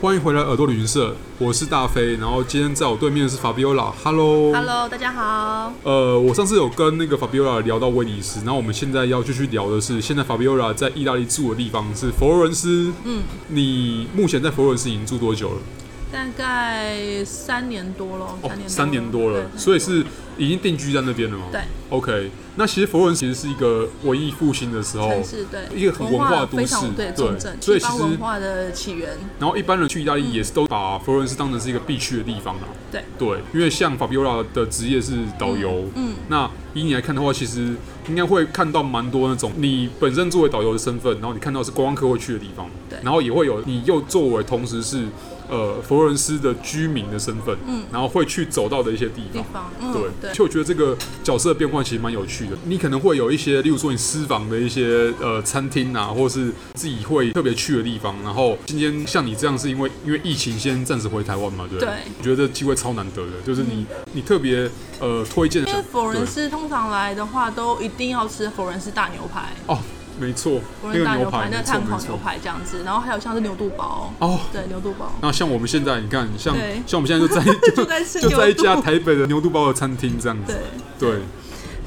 欢迎回来耳朵旅行社，我是大飞，然后今天在我对面是 Fabiola，Hello。 Hello，大家好。呃，我上次有跟那个 Fabiola 聊到威尼斯，然后我们现在要继续聊的是，现在 Fabiola 在意大利住的地方是佛罗伦斯。嗯，你目前在佛罗伦斯已经住多久了？大概三年多了，哦，三三年年多多了了，对所以是已经定居在那边了吗？对 OK，那其实佛罗伦斯其实是一个文艺复兴的时候，城市对哦一个很文化化都非市常对对重镇，所以西其方实文化的起源然后一般人去意大利也是都把佛罗伦斯当成是一个必去的地方啊啦。对对，因为像 Fabiola 的职业是导游，嗯，那以你来看的话，其实应该会看到蛮多那种你本身作为导游的身份，然后你看到是观光客会去的地方，对然后也会有你又作为同时是呃佛罗伦斯的居民的身份，嗯，然后会去走到的一些地地方。方，嗯哦对，对其实我觉得这个角色变换其实蛮有趣的。你可能会有一些，例如说你私房的一些呃餐厅啊，或是自己会特别去的地方。然后今天像你这样，是因为因为疫情先暂时回台湾嘛，对不对嗯我觉得这机会超难得的，就是你、你特别呃推荐的，因为佛罗伦对斯通常来的话，都一定要吃佛罗伦斯大牛排，哦，没错，佛那罗伦个斯大牛排，排，那没个错碳烤没牛错。排这样子，然后还有像是牛肚包，哦，对，牛肚包，那像我们现在，你看，像对像我们现在 就在就就在吃就牛在一家肚台北的牛肚包的餐厅这样子对，。对，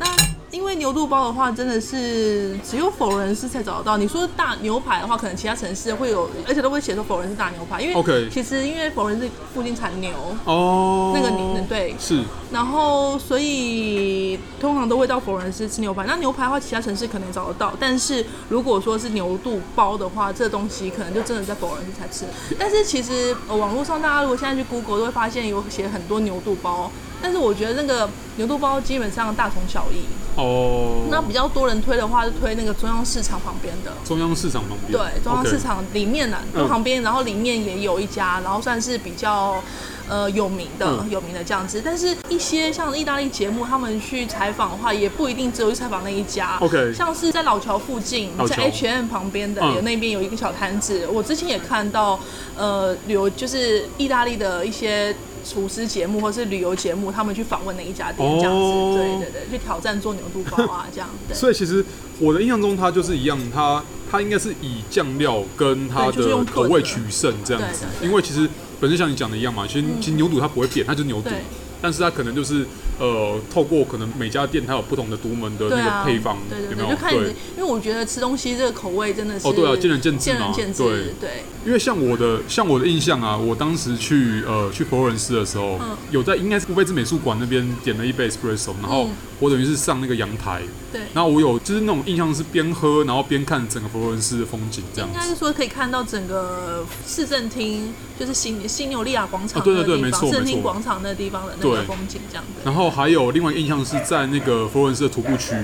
那因为牛肚包的话，真的是只有佛罗伦斯才找得到。你说大牛排的话，可能其他城市会有，而且都会写说佛罗伦斯大牛排，因为 OK 其实因为佛罗伦斯附近产牛，哦，那个你对是然后所以通常都会到佛罗伦斯吃牛排。那牛排的话，其他城市可能也找得到，但是如果说是牛肚包的话，这东西可能就真的在佛罗伦斯才吃。但是其实、呃、网络上大家如果现在去 Google 都会发现有写很多牛肚包，但是我觉得那个牛肚包基本上大同小异。哦，那比较多人推的话，就推那个中央市场旁边的。中央市场旁边，对，中央 OK 市场里面呢、嗯就旁边，然后里面也有一家，然后算是比较呃有名的、嗯有名的这样子。但是一些像意大利节目，他们去采访的话，也不一定只有去采访那一家。 OK 像是在老桥附近老，在桥 H&M 旁边的、嗯有那边有一个小摊子，我之前也看到，呃，旅游就是意大利的一些。厨师节目或是旅游节目，他们去访问那一家店这样子，哦对对对，去挑战做牛肚包啊这样，对，所以其实我的印象中，它就是一样，它它应该是以酱料跟它对就是的用口炖的味取胜这样子对。嗯因为其实本身像你讲的一样嘛，其实其实牛肚它不会变，它就是牛肚对，但是它可能就是呃，透过可能每家店它有不同的独门的对那个啊，配方，对对有对，没就有？看你，因为我觉得吃东西这个口味真的是哦对啊见仁见智见嘛仁见智，对对因为像我的像我的印象啊，我当时去呃去佛罗伦斯的时候，嗯有在应该是乌菲兹美术馆那边点了一杯 espresso，然后嗯我等于是上那个阳台，对。然后我有就是那种印象是边喝然后边看整个佛罗伦斯的风景这样应子该。是说可以看到整个市政厅，就是新新纽利亚广场哦那对个对对地没方，错市政没错厅广场那地方的那个对风景这样子。然后还有另外一个印象是在那个佛罗伦斯的徒步区，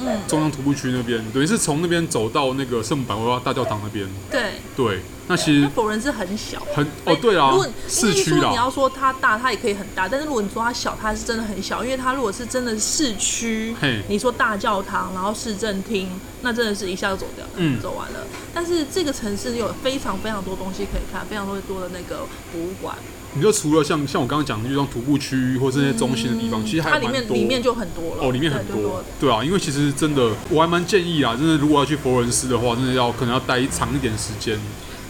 嗯，中央徒步区那边，等于是从那边走到那个圣母百花大教堂那边。对，对，那其那实佛罗伦斯很小。很哦，对啦哎如果，市应该是区啊说你啦，要说它大，它也可以很大；但是如果你说它小，它是真的很小，因为它如果是真的市区嘿，你说大教堂，然后市政厅，那真的是一下就走掉了，嗯走完了。但是这个城市有非常非常多东西可以看，非常多的那个博物馆，你就除了像像我刚刚讲的，就像徒步区或是那些中心的地方，其实还嗯它有里蛮面多。里面就很多了，哦，里面很对就多了，对啊，因为其实真的，我还蛮建议啊，真的如果要去佛罗伦斯的话，真的要可能要待长一点时间，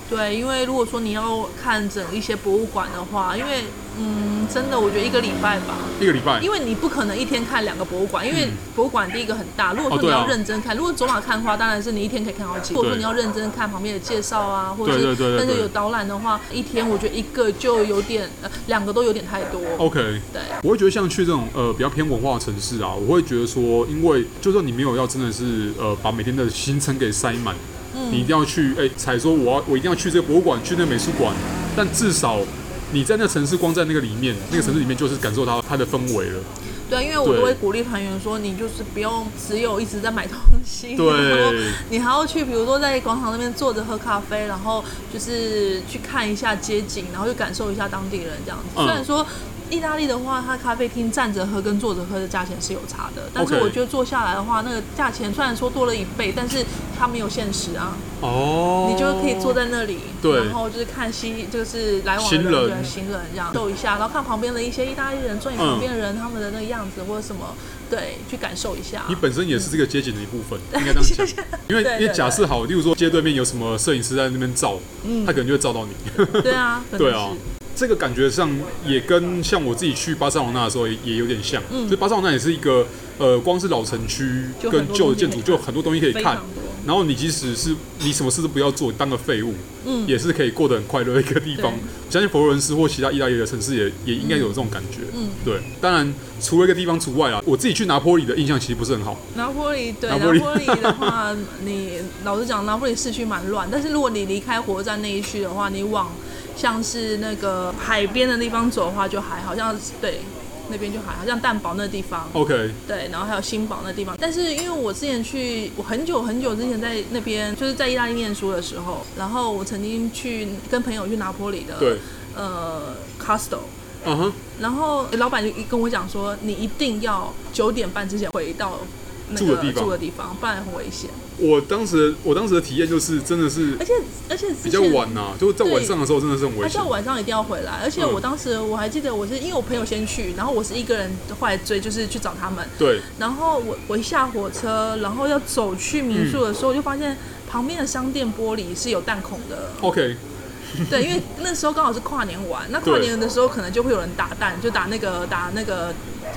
对，因为如果说你要看整一些博物馆的话，因为嗯，真的我觉得一个礼拜吧，一个礼拜。因为你不可能一天看两个博物馆，因为博物馆第一个很大。如果嗯哦说你对啊要认真看，如果走马看花，当然是你一天可以看好几个。如果说你要认真看旁边的介绍啊，或者对对是对对但对是有导览的话，一天我觉得一个就有点，呃，两个都有点太多。 OK，对，我会觉得像去这种呃比较偏文化的城市啊，我会觉得说，因为就算你没有要真的是呃把每天的行程给塞满，你一定要去哎，才、说我要我一定要去这个博物馆，去那个美术馆，但至少你在那个城市光在那个里面，那个城市里面就是感受到它的氛围了。对，因为我对都会鼓励团员说，你就是不用只有一直在买东西，对然后你还要去，比如说在广场那边坐着喝咖啡，然后就是去看一下街景，然后就感受一下当地人这样子。嗯虽然说。意大利的话，它咖啡厅站着喝跟坐着喝的价钱是有差的，但是 OK 我觉得坐下来的话，那个价钱虽然说多了一倍，但是它没有限时啊，哦，你就可以坐在那里，对嗯然后就是看西，就是来往的行人人人行人这样逗一下，然后看旁边的一些意大利人、坐你旁边的人、他们的那个样子或者什么，对，去感受一下。你本身也是这个街景的一部分，应该这样讲。因为对对因为假设好，例如说街对面有什么摄影师在那边照，他可能就会照到你。对啊，可能对是啊，这个感觉上也跟像我自己去巴塞罗那的时候也也有点像，所以巴塞罗那也是一个呃，光是老城区就很跟多旧的东西建可以筑就很多东西可以非看常。多。然后你即使是你什么事都不要做，当个废物，嗯也是可以过得很快乐的一个地方。对我相信佛罗伦斯或其他意大利的城市也也应该有这种感觉。嗯，对。当然，除了一个地方除外啊，我自己去拿坡里的印象其实不是很好。拿坡里对拿拿坡里坡里的话，你 老实讲，拿坡里市区蛮乱，但是如果你离开火车站那一区的话，你往像是那个海边的地方走的话，就还好像对那边就还好像蛋堡那地方。 OK，对，然后还有新堡那地方，但是因为我之前去，我很久很久之前在那边，就是在意大利念书的时候，然后我曾经去跟朋友去拿坡里的，对，呃，Costco，嗯哼，然后老板就跟我讲说，你一定要九点半之前回到那住的个地方住的地方，不然很危险。我当时我当时的体验就是真的是而且而且比之较前晚呐、就在晚上的时候真的是很危而且险我。晚上一定要回来，而且嗯我当时我还记得，我是因为我朋友先去，然后我是一个人后来追，就是去找他们。对，然后我我一下火车，然后要走去民宿的时候，嗯我就发现旁边的商店玻璃是有弹孔的。 OK，对，因为那时候刚好是跨年晚，那跨对年的时候可能就会有人打弹，就打那个打那个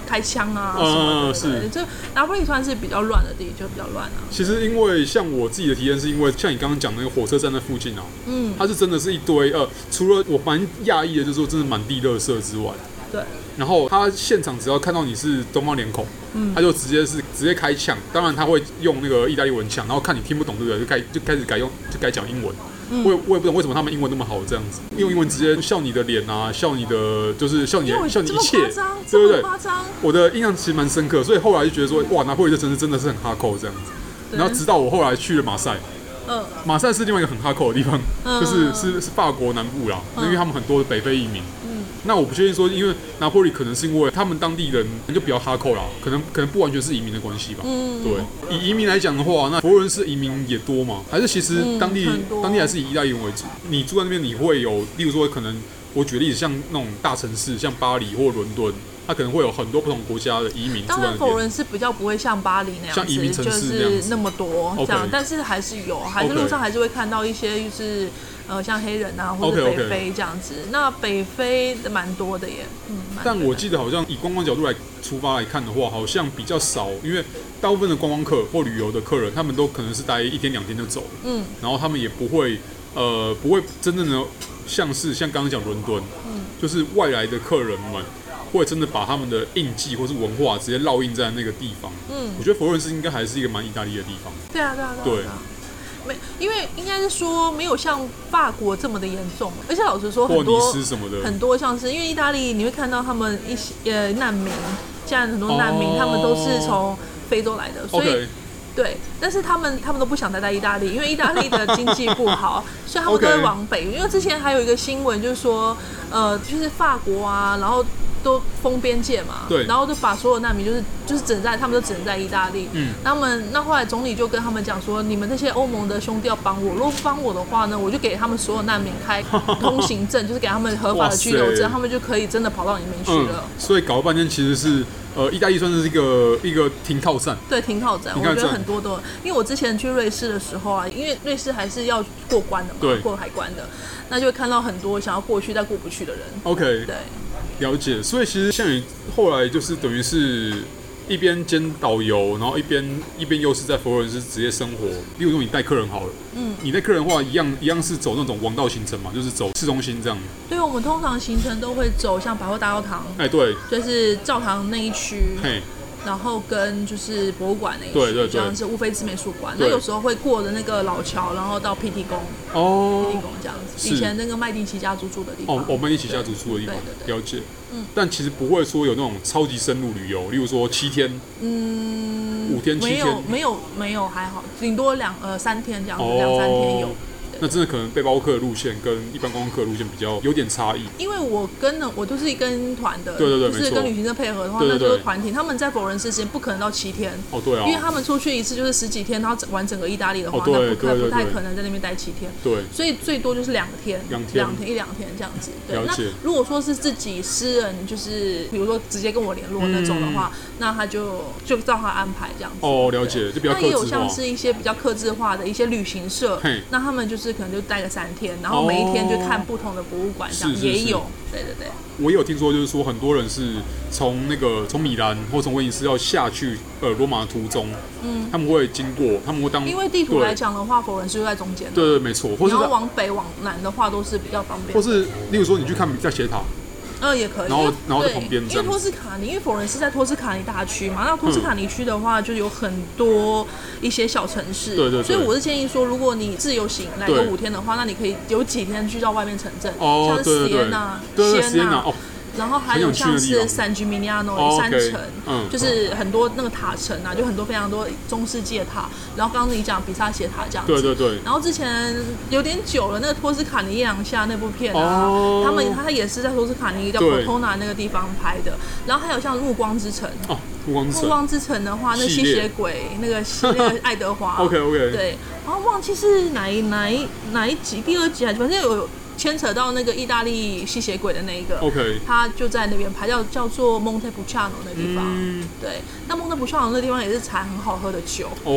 开枪啊什么嗯的。对就拿破里算是比较乱的地，就比较乱啊。其实因为像我自己的体验，是因为像你刚刚讲那个火车站那附近啊，嗯，它是真的是一堆呃，除了我蛮讶异的，就是说真的满地垃圾之外，对，然后他现场只要看到你是东方脸孔，嗯他就直接是直接开抢，当然他会用那个意大利文抢，然后看你听不懂对不对，就开就开始改用就改讲英文。嗯我也我也不懂为什么他们英文那么好，这样子用英文直接笑你的脸啊，笑你的就是笑你因为我的笑你这一么切夸张，，对这不么对？夸张，我的印象其实蛮深刻，所以后来就觉得说，哇，拿破里这城市真的是很哈扣这样子。对然后直到我后来去了马赛，嗯马赛是另外一个很哈扣的地方，嗯就是是是法国南部啦，嗯因为他们很多的北非移民。嗯那我不确定说，因为拿破里可能是因为他们当地人就比较哈扣啦，可能可能不完全是移民的关系吧。嗯，对，以移民来讲的话，那佛罗伦斯移民也多嘛？还是其实嗯当地、很多当地还是以意大利人为主？你住在那边，你会有，例如说可能我举例子，像那种大城市，像巴黎或伦敦，它可能会有很多不同国家的移民住当在然，那佛罗边。伦斯比较不会像巴黎那样子，像移民城就市那样子是那么多 OK 这样，但是还是有，还是 OK 路上还是会看到一些就是呃像黑人啊，或 OK，者 OK 北非这样子。那北非蛮多的耶，嗯，蛮但多我的记得好像以观光角度来出发来看的话，好像比较少，因为大部分的观光客或旅游的客人，他们都可能是待一天两天就走了，嗯然后他们也不会呃不会真正的像是像刚刚讲伦敦，嗯就是外来的客人们会真的把他们的印记或是文化直接烙印在那个地方。嗯，我觉得佛罗伦斯应该还是一个蛮意大利的地方。对啊对啊对啊对对啊。没，因为应该是说没有像法国这么的严重，而且老实说，或很尼多斯什么的，很多像是因为意大利，你会看到他们一些呃难民，现在很多难民、哦他们都是从非洲来的，所以 OK，对，但是他们他们都不想待在意大利，因为意大利的经济不好， 所以他们都会 OK 往北。因为之前还有一个新闻，就是说，呃，就是法国啊，然后都封边界嘛，对然后就把所有难民就是就是只能在他们都只能在意大利。嗯，那么那后来总理就跟他们讲说，你们这些欧盟的兄弟要帮我，如果不帮我的话呢，我就给他们所有难民开通行证， 就是给他们合法哇的塞居留证，他们就可以真的跑到里面去嗯了。，所以搞了半天其实是呃，意大利算是一个一个停靠站。对，停靠站，停我靠觉站得很多都，因为我之前去瑞士的时候啊，因为瑞士还是要过关的嘛对，过海关的，那就会看到很多想要过去但过不去的人。 OK，对，了解。所以其实像你后来就是等于是一边兼导游，然后一边一边又是在佛罗伦斯职业生活。例如说你带客人好了，嗯，你带客人的话一样一样是走那种王道行程嘛，就是走市中心这样。对我们通常行程都会走像百货大教堂，哎、对，就是教堂那一区，嘿，然后跟就是博物馆那一区，对对对像是乌菲兹美术馆。那对有时候会过的那个老桥，然后到皮蒂宫，皮蒂哦宫这样子，是以前那个麦蒂奇家族住的地方。哦，我们一起下住宿的地方对，对对了解。嗯，但其实不会说有那种超级深入旅游，例如说七天，嗯，五天七没有天没有没有还好，顶多两呃三天这样子，哦两三天有。对那真的可能背包客的路线跟一般观光客的路线比较有点差异。因为我跟了我都是跟团的，对对对就是没错跟旅行社配合的话，对对那就是对团体。他们在否认之前不可能到七天，哦，对啊因，为他们出去一次就是十几天，然后整玩整个意大利的话，哦对那不可对对不太对可能在那边待七天。对，所以最多就是两天，两天一两天这样子。对，了那解如果说是自己私人，就是比如说直接跟我联络那种的话，那他就就照他安排这样子。嗯哦，了对解，就比较那也有克制化像。是一些比较克制化的一些旅行社嘿，哦那他们就是可能就待个三天，然后每一天就看不同的博物馆，这样是嗯是也是有。对对对，我也有听说，就是说很多人是从那个从米兰或从威尼斯要下去呃罗马的途中，嗯，他们会经过，他们会当因为地图对来讲的话，佛罗伦是就在中间的。啊对对没错，或你是要在往北往南的话，都是比较方便或。是例如说你去看在斜塔，呃，也可以。然后因为然后在对旁边因这为样嗯托斯卡尼，因为佛罗伦斯在托斯卡尼大区嘛，那托斯卡尼区的话，就有很多一些小城市。对对对所以我是建议说，如果你自由行来个对五天的话，那你可以有几天去到外面城镇，哦像对是对锡对耶纳、对对锡西耶安娜纳，哦，然后还很有有趣的像地是方三居米尼亚诺哦山，OK，城，嗯就是很多那个塔城啊，就很多非常多中世纪的塔。然后刚刚你讲比萨斜塔这样子，对对对，然后之前有点久了，那个托斯卡尼艳阳下那部片啊，哦他们他也是在托斯卡尼叫对 Cortona 那个地方拍的。然后还有像《暮光之城》，哦，暮光之《暮城光之城》的话，那系吸列血鬼那 个那个爱德华，OK OK，对，然后忘记是哪一哪一哪一集，第二集还是反正有牵扯到那个意大利吸血鬼的那一个。 OK，他就在那边拍，叫叫做蒙特普恰诺那地方。嗯，对，那蒙特普恰诺那地方也是产很好喝的酒，托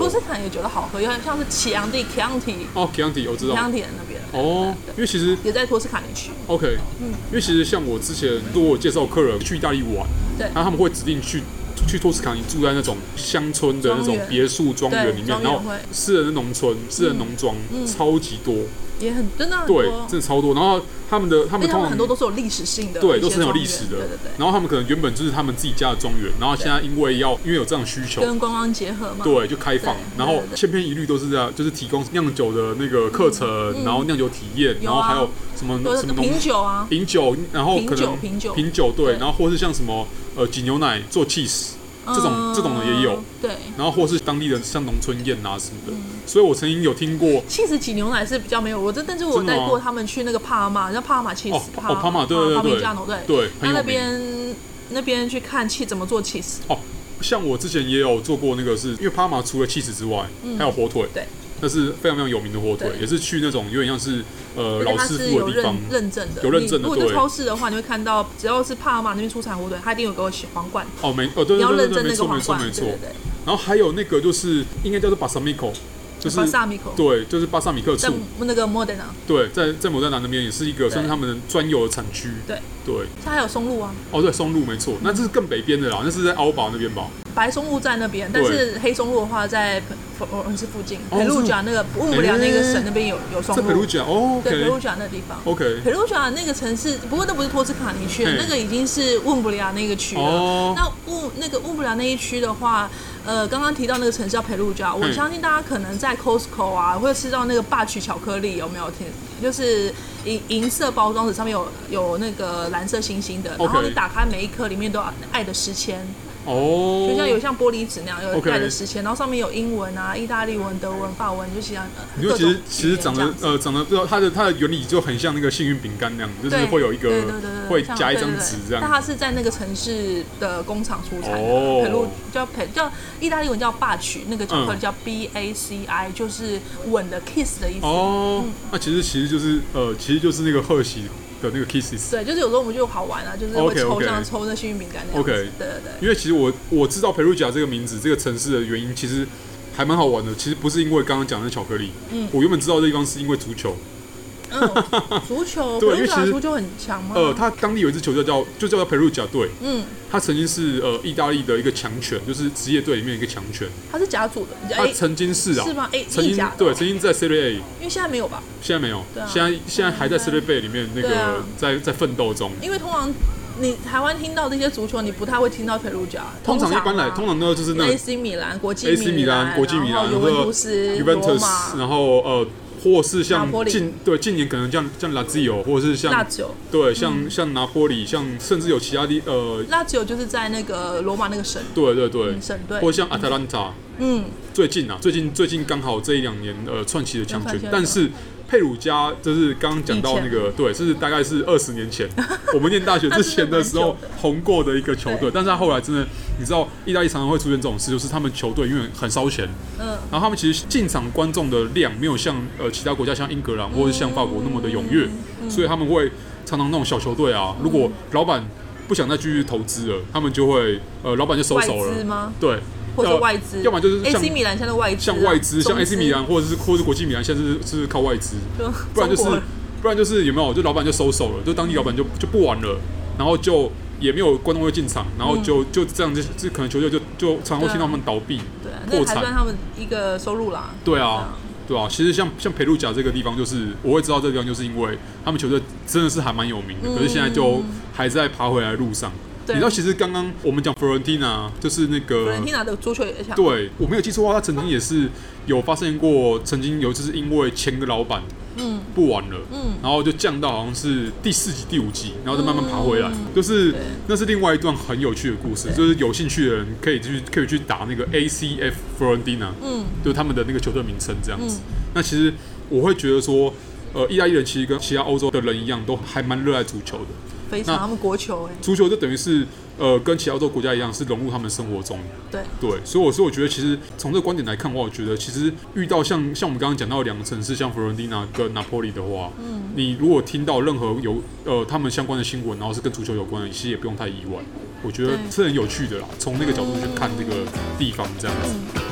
哦，斯卡尼的酒都好喝，有点像是奇昂蒂 （Chianti） 哦 k i a n t i 我知道，香田那边哦，因为其实也在托斯卡尼区。 OK，因嗯为其实像我之前，如果我介绍客人去意大利玩，对然后他们会指定去去托斯卡尼住在那种乡村的那庄种园别墅庄园里面对，庄园然后会私人的农村、私人农庄、超级多，也很真的很对，多，真的超多。然后他们的他而们且他通们常很多都是有历史性的一些庄对园，都是很有历史的对对对，然后他们可能原本就是他们自己家的庄园，然后现在因为要因为有这样的需求，跟观光结合嘛。对，就开放对，然后对对对千篇一律都是这样，就是提供酿酒的那个课程，然后酿酒体验，嗯有然啊后还有什么都什是么农品酒啊，品酒，然后可品酒能品酒对，对然后或是像什么呃挤牛奶做 cheese 这种、嗯这种的也有，。对，然后或是当地的像农村宴啊什么嗯的，所以我曾经有听过气死挤牛奶是比较没有，我这但是我真的带吗过他们去那个帕尔马，叫帕尔马气哦死，哦帕玛对帕对米对加诺对，对那很那有名边那边去看气怎么做气死，哦，像我之前也有做过那个是，因为帕玛除了 cheese 之外，还有火腿，嗯对，那是非常非常有名的火腿，对也是去那种有点像是呃而且老它师是傅有的地认方，认证的，有认证的你如果去对超市的话，你会看到只要是帕尔马那边出产火腿，它一定有个皇冠，哦没哦对对你要对认对，证没那个错没皇错冠，没对错对，对。然后还有那个就是应该叫做 balsamico，就是巴萨米口，对，就是巴萨米克在醋，那个 Modena，对，在在摩丹南那边也是一个算是他们的专有的产区。对嗯对，它还有松露啊，哦对，松露没错，那这是更北边的啦，那是在奥堡那边吧？白松露在那边，但对是黑松露的话在佛佛罗伦斯附近，哦佩鲁贾那个乌姆梁那个省那边有有松在佩鲁露，贾哦对，佩鲁，OK 贾那地方。 OK，佩鲁贾啊那个城市，不过那不是托斯卡尼区，啊嘿那个已经是乌姆梁那个区了。哦，那乌那个乌姆梁那一区的话，呃，刚刚提到那个城市叫佩鲁贾，我嘿相信大家可能在 Costco 啊，会吃到那个霸曲巧克力，有没有听？就是银银色包装纸上面有有那个蓝色星星的，然后 OK 你打开每一颗里面都有爱的诗签，哦，就像有像玻璃纸那样有 OK 带的时签，然后上面有英文啊、意大利文、德文、法文，就其他你各说其种实语其言实长这得样子呃长得不知道它的它的原理就很像那个幸运饼干那样，就是对会有一对个对对对会像加一张对对对纸这但样。它是在那个城市的工厂出产的，哦培露叫培叫意大利文叫霸曲，那个巧克力嗯叫 B A C I，就是吻的 kiss 的意思。哦，嗯那其实其实就是呃其实就是那个贺喜的那个 kisses。对，就是有时候我们就好玩啊，就是会 OK，OK 抽像抽那幸运饼干那样子。 OK 对对对。因为其实我我知道佩鲁贾这个名字这个城市的原因，其实还蛮好玩的。其实不是因为刚刚讲的巧克力，我原本知道这地方是因为足球。嗯，足球，对因培露为其甲实足球很强吗？呃，他当地有一支球队叫就叫做佩鲁贾队，嗯，他曾经是呃意大利的一个强权，就是职业队里面一个强权。它是甲组的，他哎，曾经是啊，是吗？哎，曾意经甲的对，曾经在 Serie A，因为现在没有吧？现在没有对啊，现在现在还在 Serie B 里面那对个啊在在奋斗中。因为通常你台湾听到这些足球，你不太会听到佩鲁贾，通常常啊一般来，通常都就是那 AC 米兰、国际 AC 米兰、兰、国际米啊然兰后、尤或文者图斯、罗 Juventus，马，然后呃或是像拿坡里近对近年可能像像拉兹友，或者是辣像酒，对嗯像像拿坡里，像甚至有其他地呃，辣酒就是在那个罗马那个省对对对，省队，或像 Atalanta，嗯，最近啊，最近最近刚好这一两年呃串起了强串权起了，但是佩鲁加就是刚刚讲到那个对，这是大概是二十年前我们念大学之前的时 候红过的一个球队对，但是他后来真的你知道意大利常常会出现这种事，就是他们球队因为很烧钱，嗯，然后他们其实进场观众的量没有像呃其他国家像英格兰或者像法国那么的踊跃，嗯所以他们会常常那种小球队啊，如果老板不想再继续投资了，他们就会呃老板就收外手资了，吗？对，或者呃外资，要么就是像 AC 米兰现在外资啊，像外资，像中 AC 资米兰或者是或者是国际米兰，现在是是靠外资，就不然就中国是了不然就是有没有就老板就收手了，就当地老板就就不玩了，然后就也没有观众会进场，然后就、嗯就这样就就可能球队就就常常会听到他们倒闭，啊对啊，破那还产算他们一个收入啦。对啊。对啊，其实像像佩鲁贾这个地方，就是我会知道这个地方，就是因为他们球队真的是还蛮有名的，可是现在就还在爬回来的路上。你嗯对知道，其实刚刚我们讲 Florentina，就是那个弗伦蒂娜的足球也嗯强，对，我没有记错的话，他曾经也是有发生过，曾经有就是因为前个老板，嗯，不玩了，嗯，然后就降到好像是第四集、第五集，然后再慢慢爬回来，嗯就是对那是另外一段很有趣的故事，就是有兴趣的人可以去可以去打那个 ACF Florentina，嗯，就是他们的那个球队名称这样子。那其实我会觉得说，呃，意大利人其实跟其他欧洲的人一样，都还蛮热爱足球的。非常那他们国球哎、足球就等于是呃跟其他欧洲国家一样，是融入他们生活中。对，对，所以我说，我觉得其实从这个观点来看的话，我觉得其实遇到像像我们刚刚讲到的两个城市，像佛罗伦蒂娜跟拿破里的话，嗯，你如果听到任何有呃他们相关的新闻，然后是跟足球有关的，其实也不用太意外。我觉得对是很有趣的啦，从那个角度去看这个地方这样子。嗯